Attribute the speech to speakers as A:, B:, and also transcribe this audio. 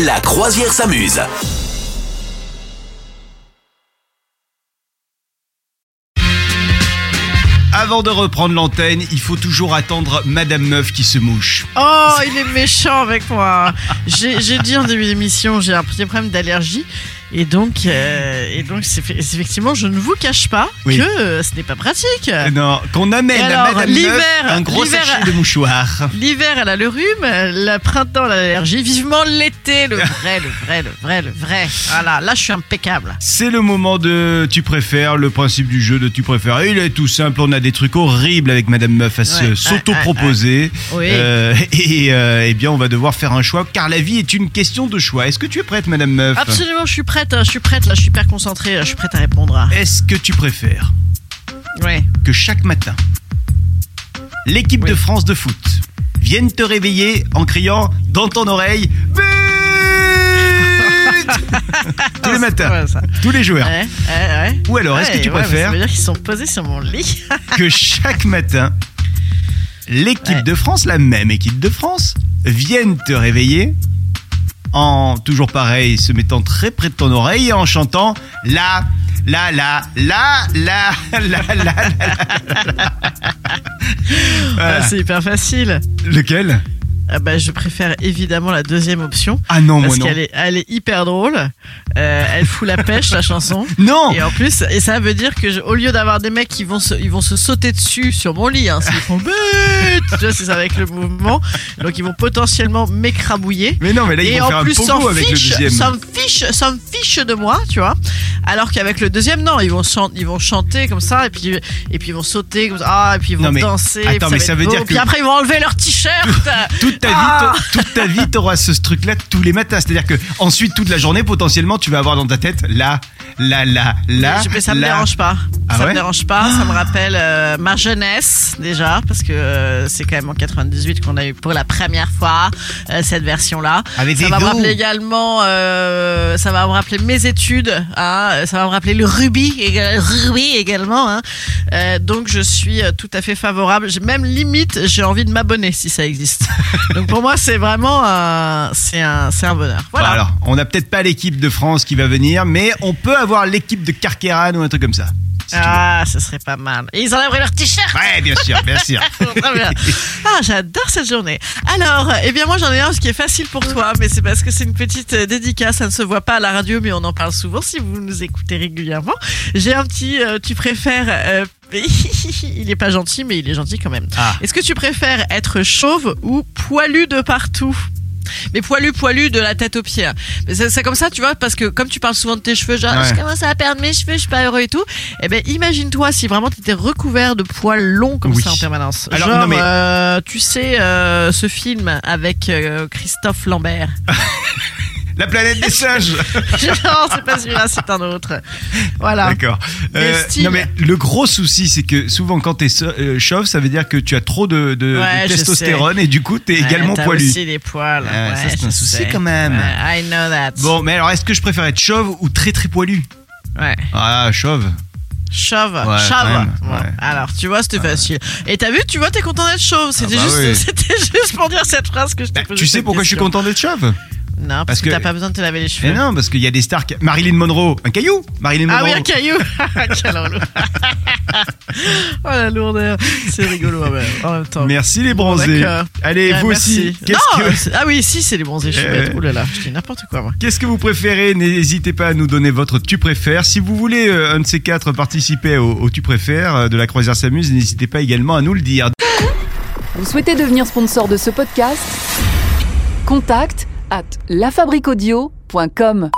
A: La croisière s'amuse.
B: Avant de reprendre l'antenne, il faut toujours attendre Madame Meuf qui se mouche.
C: Oh, il est méchant avec moi. J'ai j'ai dit en début d'émission, j'ai un petit problème d'allergie. Et donc, euh, et donc c'est fait- c'est effectivement, je ne vous cache pas
B: Oui.
C: que euh, ce n'est pas pratique.
B: Non, qu'on amène
C: Et
B: à
C: alors,
B: Madame Meuf
C: l'hiver,
B: un gros
C: l'hiver-
B: sachet de mouchoir.
C: L'hiver, elle a le rhume, le printemps, elle a l'allergie, vivement l'été, le vrai, le vrai, le vrai, le vrai. Voilà, là, je suis impeccable.
B: C'est le moment de tu préfères, le principe du jeu de tu préfères. Et Il est tout simple, on a des trucs horribles avec Madame Meuf à se-
C: ouais, Ah,
B: s'auto-proposer.
C: Oui.
B: Euh, et euh, eh bien, on va devoir faire un choix, car la vie est une question de choix. Est-ce que tu es prête, Madame Meuf
C: Absolument, je suis prête, hein, je suis prête, là, je suis hyper concentrée, je suis prête à répondre. hein.
B: Est-ce que tu préfères
C: Ouais.
B: que chaque matin, l'équipe
C: Oui.
B: de France de foot vienne te réveiller en criant dans ton oreille But Tous les
C: Ah, C'est
B: matins,
C: vrai, ça.
B: tous les joueurs.
C: Ouais, ouais, ouais.
B: Ou alors, est-ce que
C: Ouais,
B: tu
C: ouais, mais
B: préfères
C: Ça veut dire qu'ils sont posés sur mon lit.
B: que chaque matin, l'équipe
C: Ouais.
B: de France, la même équipe de France, vienne te réveiller en toujours pareil, se mettant très près de ton oreille et en chantant la la la la la la la la. Voilà.
C: Ah, C'est hyper facile.
B: Lequel
C: Ah bah, je préfère évidemment la deuxième option.
B: Ah non,
C: Parce
B: moi non.
C: qu'elle est, elle est hyper drôle. Euh, elle fout la pêche, la chanson.
B: Non.
C: Et en plus, et ça veut dire que je- au lieu d'avoir des mecs qui vont se, ils vont se sauter dessus sur mon lit, hein, s'ils font but, tu vois, c'est ça avec le mouvement. Donc ils vont potentiellement m'écrabouiller.
B: Mais non, mais là ils
C: et
B: vont faire
C: en
B: un
C: plus, s'en
B: pogo avec le
C: fiche,
B: deuxième.
C: s'en fiche, s'en fiche de moi, tu vois. Alors qu'avec le deuxième, non, ils vont, chan- ils vont chanter comme ça, et puis, et puis ils vont sauter comme ça, ah, et puis ils vont
B: Non, mais-
C: danser. et
B: attends, mais
C: puis ça va
B: ça
C: être
B: veut
C: beau.
B: dire que-
C: Puis après, ils vont enlever leur t-shirt.
B: Toute ta vie,
C: Ah
B: t'a- toute ta vie, t'auras ce truc-là tous les matins. C'est-à-dire que ensuite, toute la journée, potentiellement, tu vas avoir dans ta tête la, la, la, la.
C: Je- mais ça me
B: la.
C: dérange pas.
B: Ah
C: ça
B: ouais Ah.
C: me dérange pas. Ça me rappelle euh, ma jeunesse déjà, parce que euh, c'est quand même en 98 qu'on a eu pour la première fois euh, cette version-là.
B: Avec
C: Ça
B: des
C: va me
B: dos.
C: rappeler également, euh, ça va me rappeler mes études. Hein, euh, ça va me rappeler le rubis, éga- rubis également. Hein. Euh, donc je suis euh, tout à fait favorable. J'ai même limite, j'ai envie de m'abonner si ça existe. donc pour moi, c'est vraiment un, c'est un, c'est un bonheur. Voilà.
B: Bon, alors, on n'a peut-être pas l'équipe de France qui va venir, mais on peut avoir l'équipe de Carqueran ou un truc comme ça. si tu veux.
C: ah, ce serait pas mal. Et ils enlèveraient leur t-shirt.
B: Ouais, bien sûr, bien sûr.
C: Très bien. Ah, j'adore cette journée. Alors, eh bien moi j'en ai un ce qui est facile pour toi, mais c'est parce que c'est une petite euh, dédicace, ça ne se voit pas à la radio, mais on en parle souvent si vous nous écoutez régulièrement. J'ai un petit, euh, tu préfères... euh, il est pas gentil, mais il est gentil quand même.
B: Ah.
C: Est-ce que tu préfères être chauve ou poilu de partout mais poilu, poilu de la tête aux pieds. Mais c'est c'est comme ça, tu vois, parce que comme tu parles souvent de tes cheveux, genre
B: Ouais.
C: je commence à perdre mes cheveux, je suis pas heureux et tout. Eh ben, imagine-toi si vraiment t'étais recouvert de poils longs comme
B: Oui.
C: ça en permanence.
B: Alors,
C: Genre,
B: non, mais-
C: euh, tu sais, euh, ce film avec euh, Christophe Lambert.
B: La planète des singes.
C: non, c'est pas celui-là, c'est un autre. Voilà.
B: D'accord. Euh,
C: Des styles.
B: non mais le gros souci, c'est que souvent quand t'es so- euh, chauve, ça veut dire que tu as trop de, de- de
C: Ouais, je
B: testostérone et du coup t'es
C: Ouais,
B: également
C: t'as
B: poilu.
C: aussi des poils.
B: Ah,
C: Ouais,
B: ça, c'est un
C: je
B: souci
C: sais.
B: quand même.
C: Ouais, I know that.
B: Bon, mais alors est-ce que je préfère être chauve ou très très poilu
C: Ouais.
B: Ah, chauve.
C: Chauve,
B: Ouais, quand
C: chauve.
B: même,
C: Bon,
B: ouais.
C: Alors, tu vois, c'était facile. Et t'as vu, tu vois, t'es content d'être chauve. C'était
B: bah
C: juste,
B: oui.
C: c'était juste pour dire cette phrase que je t'ai
B: Bah,
C: posée
B: tu sais
C: cette
B: pourquoi je suis
C: question.
B: content d'être chauve
C: Non, parce,
B: Parce
C: que,
B: que-
C: t'as pas besoin de te laver les
B: Eh
C: cheveux.
B: non, parce qu'il y a des stars. qui- Marilyn Monroe, un caillou. Marilyn
C: Ah
B: Monroe.
C: oui, un caillou Quel relou. Oh la lourdeur C'est rigolo, ouais, en même temps.
B: Merci les bronzés.
C: d'accord.
B: Allez,
C: Ouais,
B: vous
C: merci.
B: aussi. Qu'est-ce
C: Non,
B: que
C: c'est- Ah oui, si, c'est les bronzés, je suis
B: Eh
C: bête.
B: ouais.
C: Ouh là là, je dis n'importe quoi, moi.
B: Qu'est-ce que vous préférez N'hésitez pas à nous donner votre tu préfères. Si vous voulez, euh, un de ces quatre, participer au, au tu préfères euh, de la croisière s'amuse, n'hésitez pas également à nous le dire.
D: Vous souhaitez devenir sponsor de ce podcast Contact à lafabriquaudio.com.